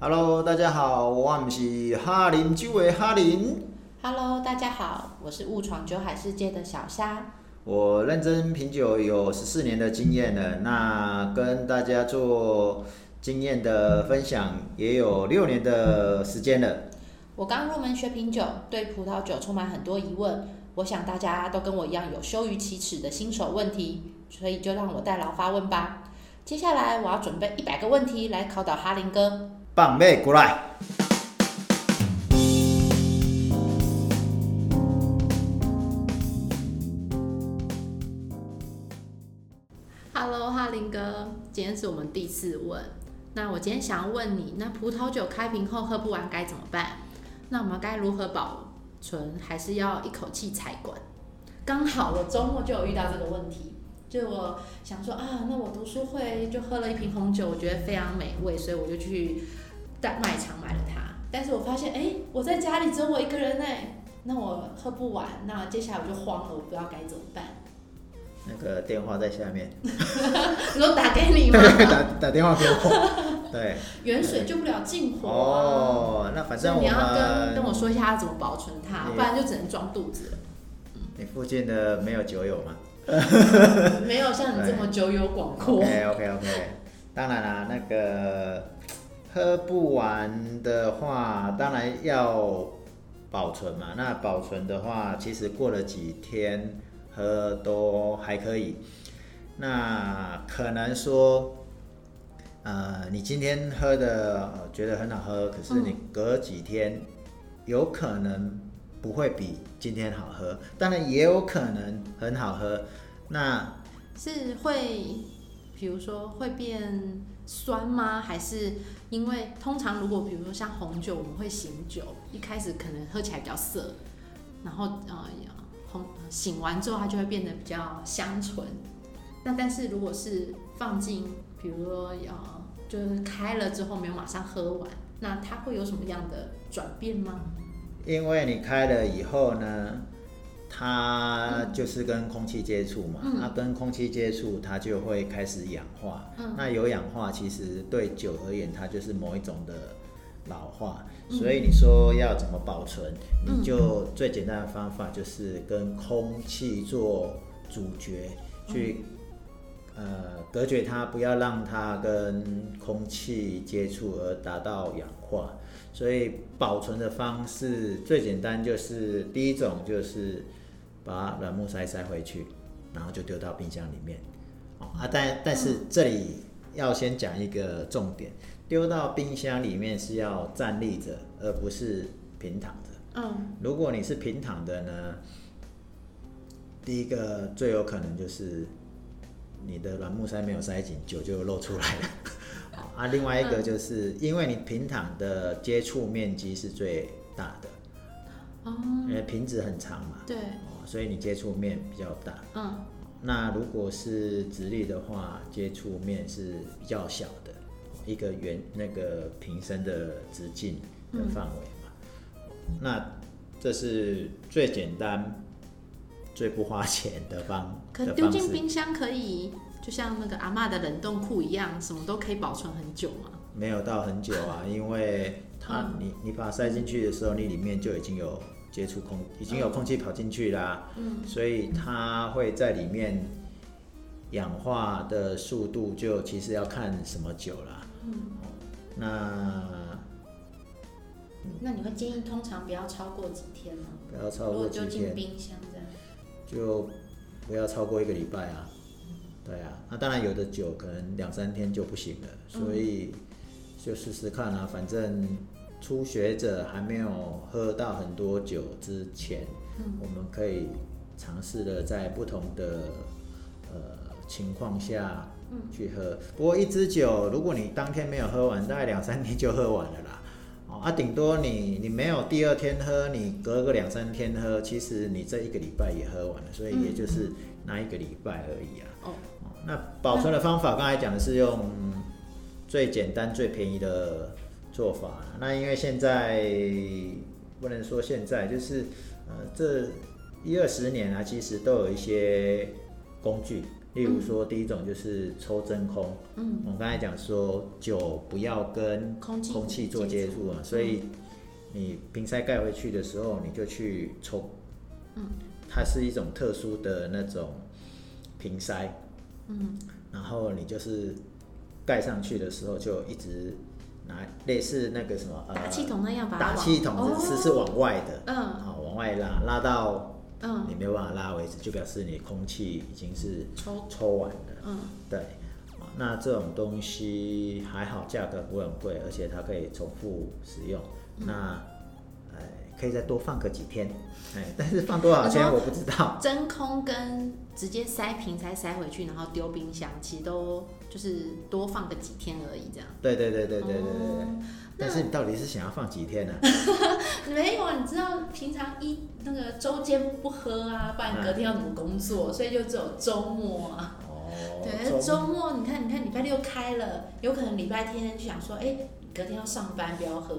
Hello，大家好，我毋是哈林酒的哈林， Hello，大家好，我是误闯酒海世界的小虾。我认真品酒有十四年的经验了，那跟大家做经验的分享也有六年的时间了。我刚入门学品酒，对葡萄酒充满很多疑问。我想大家都跟我一样有羞于启齿的新手问题，所以就让我代劳发问吧。接下来我要准备一百个问题来考倒哈林哥。棒妹过来， Hello，哈林哥，今天是我们第四问。那我今天想要问你，那葡萄酒开瓶后喝不完该怎么办？那我们该如何保存，还是要一口气采管？刚好我周末就有遇到这个问题，就是我想说啊，那我读书会就喝了一瓶红酒，我觉得非常美味，所以我就去大卖场买了它。但是我发现，哎、我在家里只有我一个人哎、那我喝不完，那接下来我就慌了，我不知道该怎么办。 那个电话在下面，你说打给你吗？打打电话给我。对，远水救不了近火啊。哦，那反所以正我你要跟跟们我说一下要怎么保存它，对不然就只能装肚子你附近的没有酒友吗？了，没有像你这么久有广阔。 OK OK OK，当然啦、那个喝不完的话，当然要保存嘛。那保存的话，其实过了几天喝都还可以。那可能说，呃，你今天喝的呃觉得很好喝，可是你隔几天有可能不会比今天好喝，当然也有可能很好喝。那是会，比如说会变酸吗？还是因为通常如果比如说像红酒，我们会醒酒，一开始可能喝起来比较涩，然后呃红醒完之后它就会变得比较香醇。那但是如果是放进，比如说呃就是开了之后没有马上喝完，那它会有什么样的转变吗？因为你开了以后呢，它就是跟空气接触嘛，嗯它跟空气接触，它就会开始氧化。嗯那有氧化，其实对酒而言，它就是某一种的老化。所以你说要怎么保存，嗯你就最简单的方法就是跟空气做阻绝，嗯去呃隔绝它，不要让它跟空气接触而达到氧化。所以保存的方式最简单就是第一种就是把软木塞塞回去，然后就丢到冰箱里面。哦啊，但但是这里要先讲一个重点，丢到冰箱里面是要站立着，而不是平躺着。嗯如果你是平躺的呢，第一个最有可能就是你的软木塞没有塞紧，酒就漏出 来了。啊，另外一个就是因为你平躺的接触面积是最大的，哦，因为瓶子很长嘛，对，哦，所以你接触面比较大。嗯那如果是直立的话，接触面是比较小的，一个圆那个瓶身的直径的范围嘛。嗯那这是最简单、最不花钱的方可的丢方进式。冰箱可以，就像那个阿嬷的冷冻库一样，什么都可以保存很久嘛。没有到很久 啊，因为嗯它你你把它塞进去的时候，你里面就已经有接触空，已经有空气跑进去啦、嗯所以它会在里面氧化的速度就其实要看什么酒啦。嗯，那那你会建议通常不要超过几天吗？不要超如过果几丢进天，冰箱这样，就不要超过一个礼拜啊。对啊，那当然有的酒可能两三天就不行了，所以就试试看啊。反正初学者还没有喝到很多酒之前，嗯我们可以尝试的在不同的呃情况下去喝。不过一支酒，如果你当天没有喝完，大概两三天就喝完了啦。哦，啊，顶多你你没有第二天喝，你隔个两三天喝，其实你这一个礼拜也喝完了，所以也就是那一个礼拜而已啊。哦，哦那保存的方法，刚才讲的是用最简单、最便宜的做法。那因为现在不能说现在，就是呃这一二十年啊，其实都有一些工具例如说，第一种就是抽真空，嗯，我刚才讲说酒不要跟空气嗯空气做接触嘛，所以你瓶塞盖回去的时候，你就去抽，嗯，它是一种特殊的那种瓶塞，嗯，然后你就是盖上去的时候就一直拿类似那个什么呃打气筒那样把它打往气筒哦是是是往外的，嗯好往外拉，拉到嗯你没有办法拉为止，就表示你空气已经是抽抽完了。嗯对，啊那这种东西还好，价格不会很贵，而且它可以重复使用。那呃，可以再多放个几天，哎，但是放多少你天说我不知道。真空跟直接塞瓶塞塞回去，然后丢冰箱，其实都就是多放个几天而已，这样。对对对对对对对对。哦但是你到底是想要放几天 呢、没有，啊你知道平常一那个周间不喝啊，不然隔天要怎么工作？所以就只有周末啊。哦，对，周末你看，你看礼拜六开了，有可能礼拜天就想说，哎、隔天要上班，不要喝，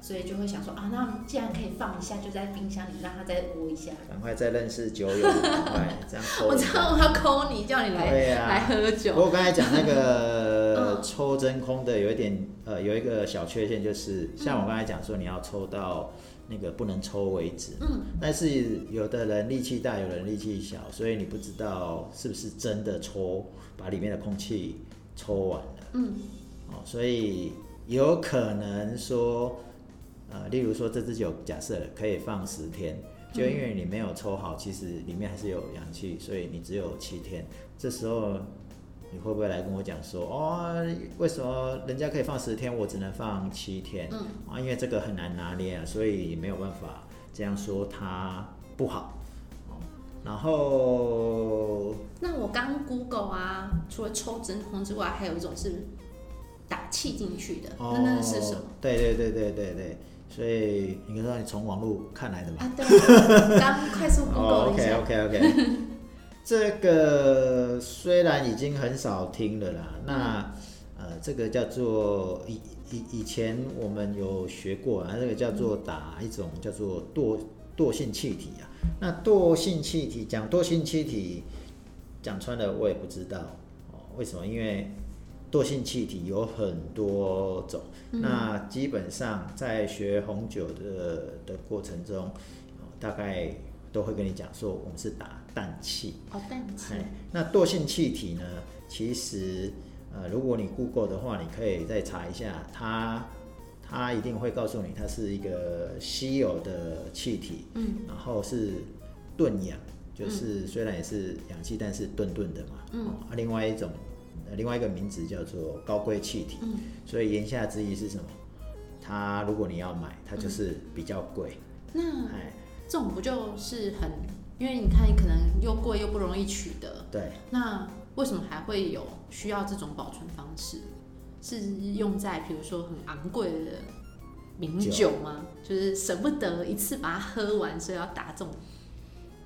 所以就会想说啊，那既然可以放一下，就在冰箱里让它再窝一下。赶快再认识酒友，赶快这样抽 我一知下。道我要抠你，叫你来、对呀、来喝不酒。过刚才讲那个 嗯抽真空的有一点呃有一个小缺陷，就是像我刚才讲说你要抽到那个不能抽为止，嗯，但是有的人力气大，有人力气小，所以你不知道是不是真的抽把里面的空气抽完了，嗯，哦，所以有可能说呃，例如说这支酒假设可以放十天。就因为你没有抽好，其实里面还是有氧气，所以你只有七天。这时候你会不会来跟我讲说，哦，为什么人家可以放十天，我只能放七天？嗯，啊，因为这个很难拿捏啊，所以没有办法这样说它不好。哦，然后那我刚 Google 啊，除了抽真空之外，还有一种是打气进去的，哦，那那是什么？？对对对对对对，所以你知道你从网络看来的嘛？啊，对啊，刚快速 Google 嗯哦了一，OK 下。 OK OK，这个虽然已经很少听了啦，那呃，这个叫做以以以前我们有学过啊，这个叫做打一种叫做惰惰性气体啊。那惰性气体讲惰性气体，讲穿了我也不知道哦，为什么？因为惰性气体有很多种，那基本上在学红酒的的过程中，哦大概都会跟你讲说我们是打氮气。哦，氮气嘿。那惰性气体呢，其实呃，如果你 Google 的话，你可以再查一下，它它一定会告诉你，它是一个稀有的气体，嗯，然后是钝氧，就是虽然也是氧气，但是钝钝的嘛，嗯哦，啊、另外一种。呃另外一个名字叫做高硅气体，嗯所以言下之意是什么？它如果你要买，它就是比较贵，那哎、这种不就是很，因为你看，可能又贵又不容易取得，对，那为什么还会有需要这种保存方式？是用在比如说很昂贵的名酒吗？就是舍不得一次把它喝完，所以要打这种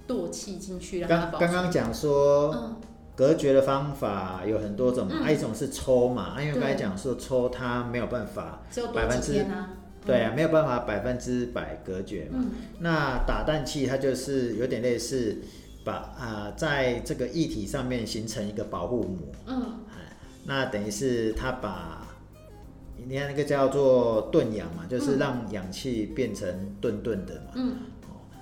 惰气进去让它刚保刚存。刚讲说，嗯隔绝的方法有很多种嘛，嗯啊一种是抽嘛，啊因为对刚才讲说抽它没有办法，只有百多分几之天啊？对啊，没有办法百分之百隔绝嘛。嗯那打蛋器它就是有点类似把啊、在这个液体上面形成一个保护膜，嗯那等于是它把你看那个叫做钝氧嘛，就是让氧气变成钝钝的嘛。哦嗯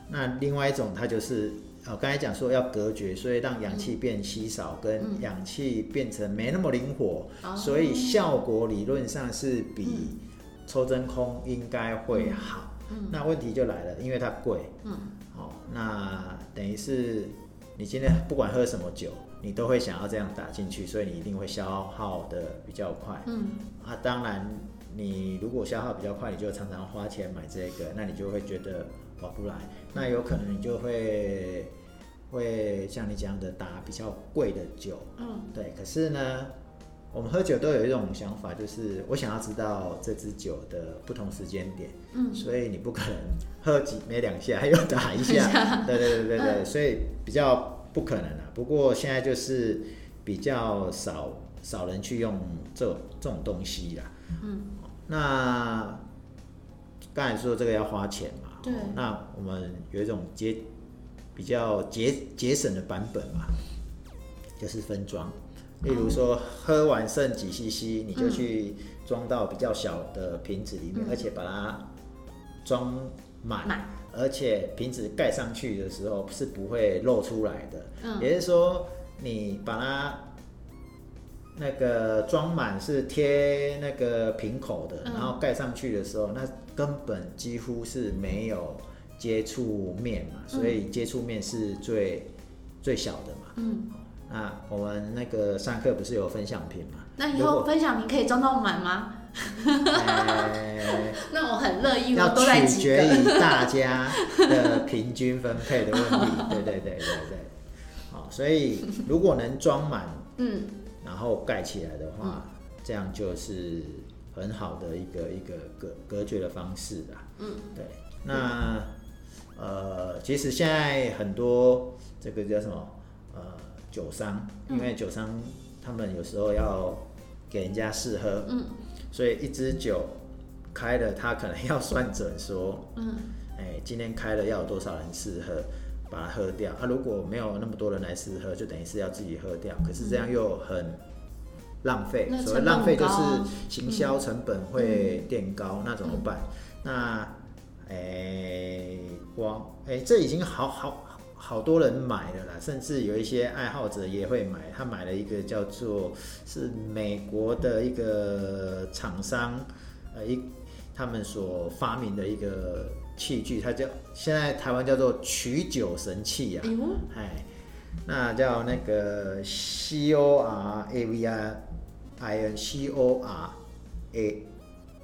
那另外一种它就是呃，刚才讲说要隔绝，所以让氧嗯气变稀少，跟氧气变成没那么灵活，哦嗯所以效果理论上是比抽真空应该会好。那问题就来了，因为它贵，嗯，哦，那等于是你今天不管喝什么酒，你都会想要这样打进去，所以你一定会消耗的比较快。嗯啊，当然，你如果消耗比较快，你就常常花钱买这个，那你就会觉得划不来。那有可能你就会会像你讲的打比较贵的酒，嗯对。可是呢，我们喝酒都有一种想法，就是我想要知道这支酒的不同时间点，嗯所以你不可能喝几没两下 又打一下，对对对对对，所以比较不可能啊。不过现在就是比较少少人去用这种这种东西啦。嗯，那刚才说这个要花钱嘛，对哦那我们有一种节比较节节省的版本嘛，就是分装。例如说，喝完剩几 CC，你就去装到比较小的瓶子里面，嗯而且把它装满，满而且瓶子盖上去的时候是不会漏出来的。嗯，也就是说，你把它那个装满是贴那个瓶口的，嗯然后盖上去的时候，那根本几乎是没有接触面嘛，嗯所以接触面是最最小的嘛。嗯，那啊我们那个上课不是有分享品嘛？那以如后 果分享你可以装到满吗？ 呃那我很乐意，我要都在取几决个。于啊大家的平均分配的问题。对对对对对。好，所以如果能装满， 嗯，然后盖起来的话，这样就是很好的一个一个隔隔绝的方式啦。嗯，对。那呃，其实现在很多这个叫什么呃酒商，因嗯为酒商他们有时候要给人家试喝，嗯，所以一支酒开了，他可能要算准说，嗯，哎，今天开了要有多少人试喝。把它喝掉啊！如果没有那么多人来试喝，就等于是要自己喝掉。可是这样又很浪费，那所谓成本浪费就很是高嗯啊行销成本会垫高，那怎么办？嗯那诶，哎光诶，这已经好好好多人买了啦，甚至有一些爱好者也会买。他买了一个叫做是美国的一个厂商，呃，一他们所发明的一个器具，它叫现在台湾叫做取酒神器啊哎，呦，哎，那叫那个 C O R A V I I N C O R A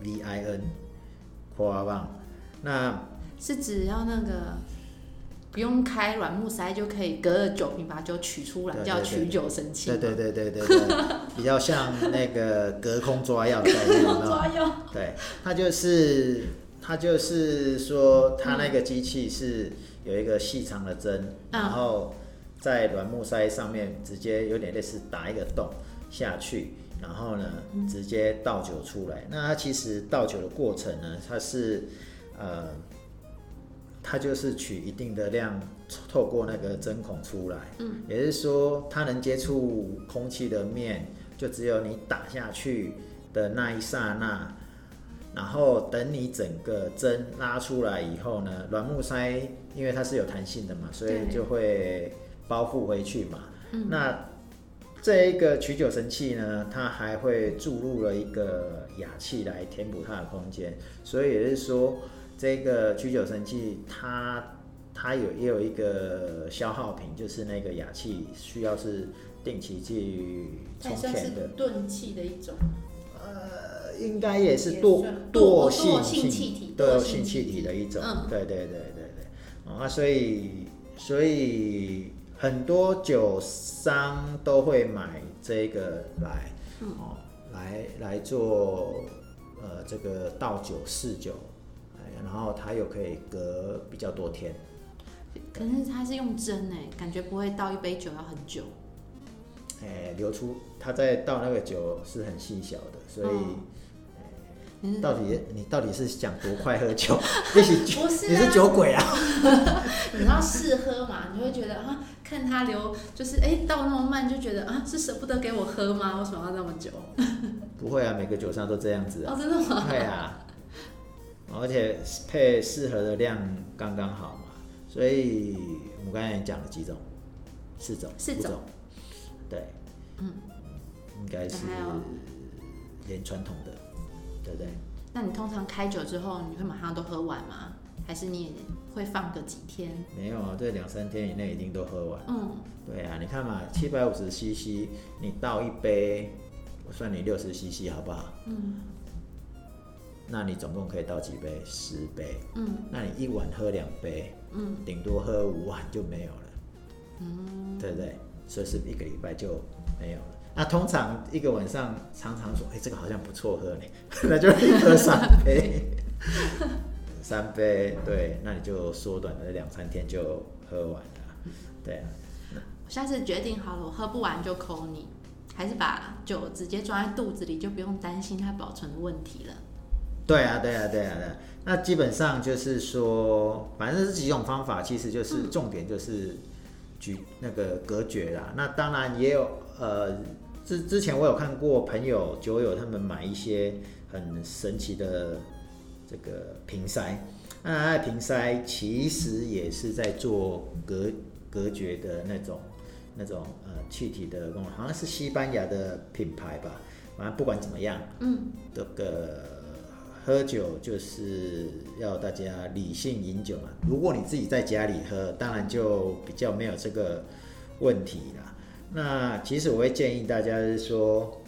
V I N，夸棒。那是只要那个不用开软木塞就可以隔着酒瓶把酒取出来，对对叫对取酒神器。对对对对对对，比较像那个隔空抓药的概念，有没有 抓 药。对，它就是它就是说，它那个机器是有一个细长的针，然后在软木塞上面直接有点类似打一个洞下去，然后呢直接倒酒出来。那它其实倒酒的过程呢，它是呃，它就是取一定的量，透过那个针孔出来。嗯，也就是说，它能接触空气的面，就只有你打下去的那一刹那。然后等你整个针拉出来以后呢，软木塞因为它是有弹性的嘛，所以对就会包覆回去嘛。那这一个取酒神器呢，它还会注入了一个氧气来填补它的空间，所以也就是说，这个取酒神器它它有也有一个消耗品，就是那个氧气需要是定期去充填的，钝器的一种，呃，应该也是也惰算惰惰惰性性气体惰惰性性气气体体的一种，嗯对对对对对，哦啊，所以所以很多酒商都会买这个来，嗯哦，来来做呃这个倒酒试酒，哎然后它又可以隔比较多天，可是它是用针哎，感觉不会倒一杯酒要很久。哎，流出它在倒那个酒是很细小的，所以。嗯你是到底你到底是想多快喝酒？ 你是酒不是啊你是酒鬼啊？ 你知道试喝嘛，你就会觉得啊，看他流就是哎、倒那么慢，就觉得啊是舍不得给我喝吗？为什么要那么久？不会啊，每个酒商都这样子啊。哦，真的吗？对啊，而且配适合的量刚刚好嘛。所以我们刚才讲了几种，四种，四五种对，嗯，应该是还有连传统的，对不对？那你通常开酒之后，你会马上都喝完吗？还是你也会放个几天？没有啊，这两三天以内一定都喝完。嗯，对啊，你看嘛，七百五十 CC，你倒一杯，我算你六十 CC 好不好？嗯。那你总共可以倒几杯？十杯。嗯。那你一碗喝两杯，嗯，顶多喝五碗就没有了，嗯，对不对？所以是一个礼拜就没有了。那通常一个晚上常常说，哎、这个好像不错喝呢， 那就喝三 杯，三杯，对，那你就缩短了两三天就喝完了，对啊。我下次决定好了，我喝不完就扣你，还是把酒直接装在肚子里，就不用担心它保存的问题了。对啊，对啊，对啊，对啊。那基本上就是说，反正这几种方法，其实就是重点就是拒那个隔绝啦。那当然也有呃，之之前我有看过朋友酒友他们买一些很神奇的这个瓶塞，那它的瓶塞其实也是在做隔隔绝的那种那种呃气体的功能，好像是西班牙的品牌吧。反正不管怎么样，嗯，这个呃喝酒就是要大家理性饮酒嘛。如果你自己在家里喝，当然就比较没有这个问题啦。那其实我会建议大家是说，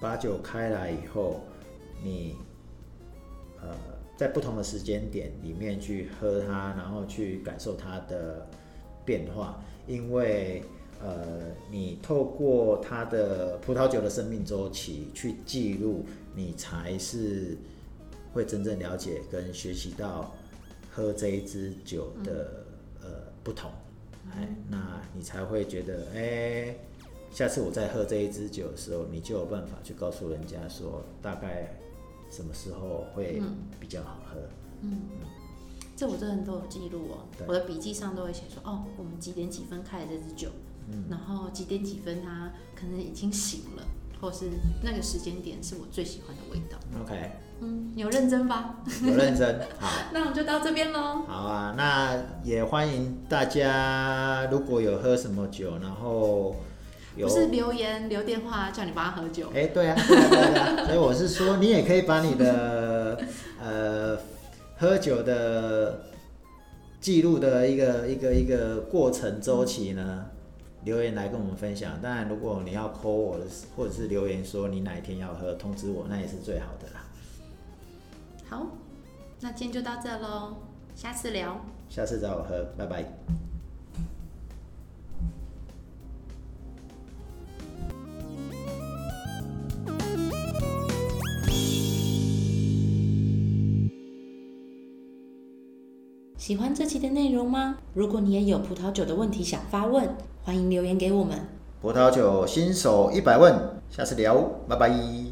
把酒开来以后，你呃在不同的时间点里面去喝它，然后去感受它的变化，因为呃，你透过它的葡萄酒的生命周期去记录，你才是会真正了解跟学习到喝这一支酒的、呃不同。哎，那你才会觉得，哎、下次我在喝这一支酒的时候，你就有办法去告诉人家说，大概什么时候会比较好喝。这我真的都有记录哦对，我的笔记上都会写说，哦，我们几点几分开的这支酒，嗯然后几点几分它可能已经醒了，或是那个时间点是我最喜欢的味道。 OK，嗯，你有认真吧？我认真，好。那我们就到这边喽。好啊，那也欢迎大家，如果有喝什么酒，然后有不是留言留电话叫你帮他喝酒，哎、对啊，对啊，对啊，所以我是说，你也可以把你的呃喝酒的记录的一个一个一个过程周期呢，留言来跟我们分享。当然，如果你要 call 我的，或者是留言说你哪一天要喝，通知我，那也是最好的啦。好，那今天就到这喽，下次聊。下次找我喝，拜拜。喜欢这期的内容吗？如果你也有葡萄酒的问题想发问，欢迎留言给我们。葡萄酒新手一百问，下次聊，拜拜。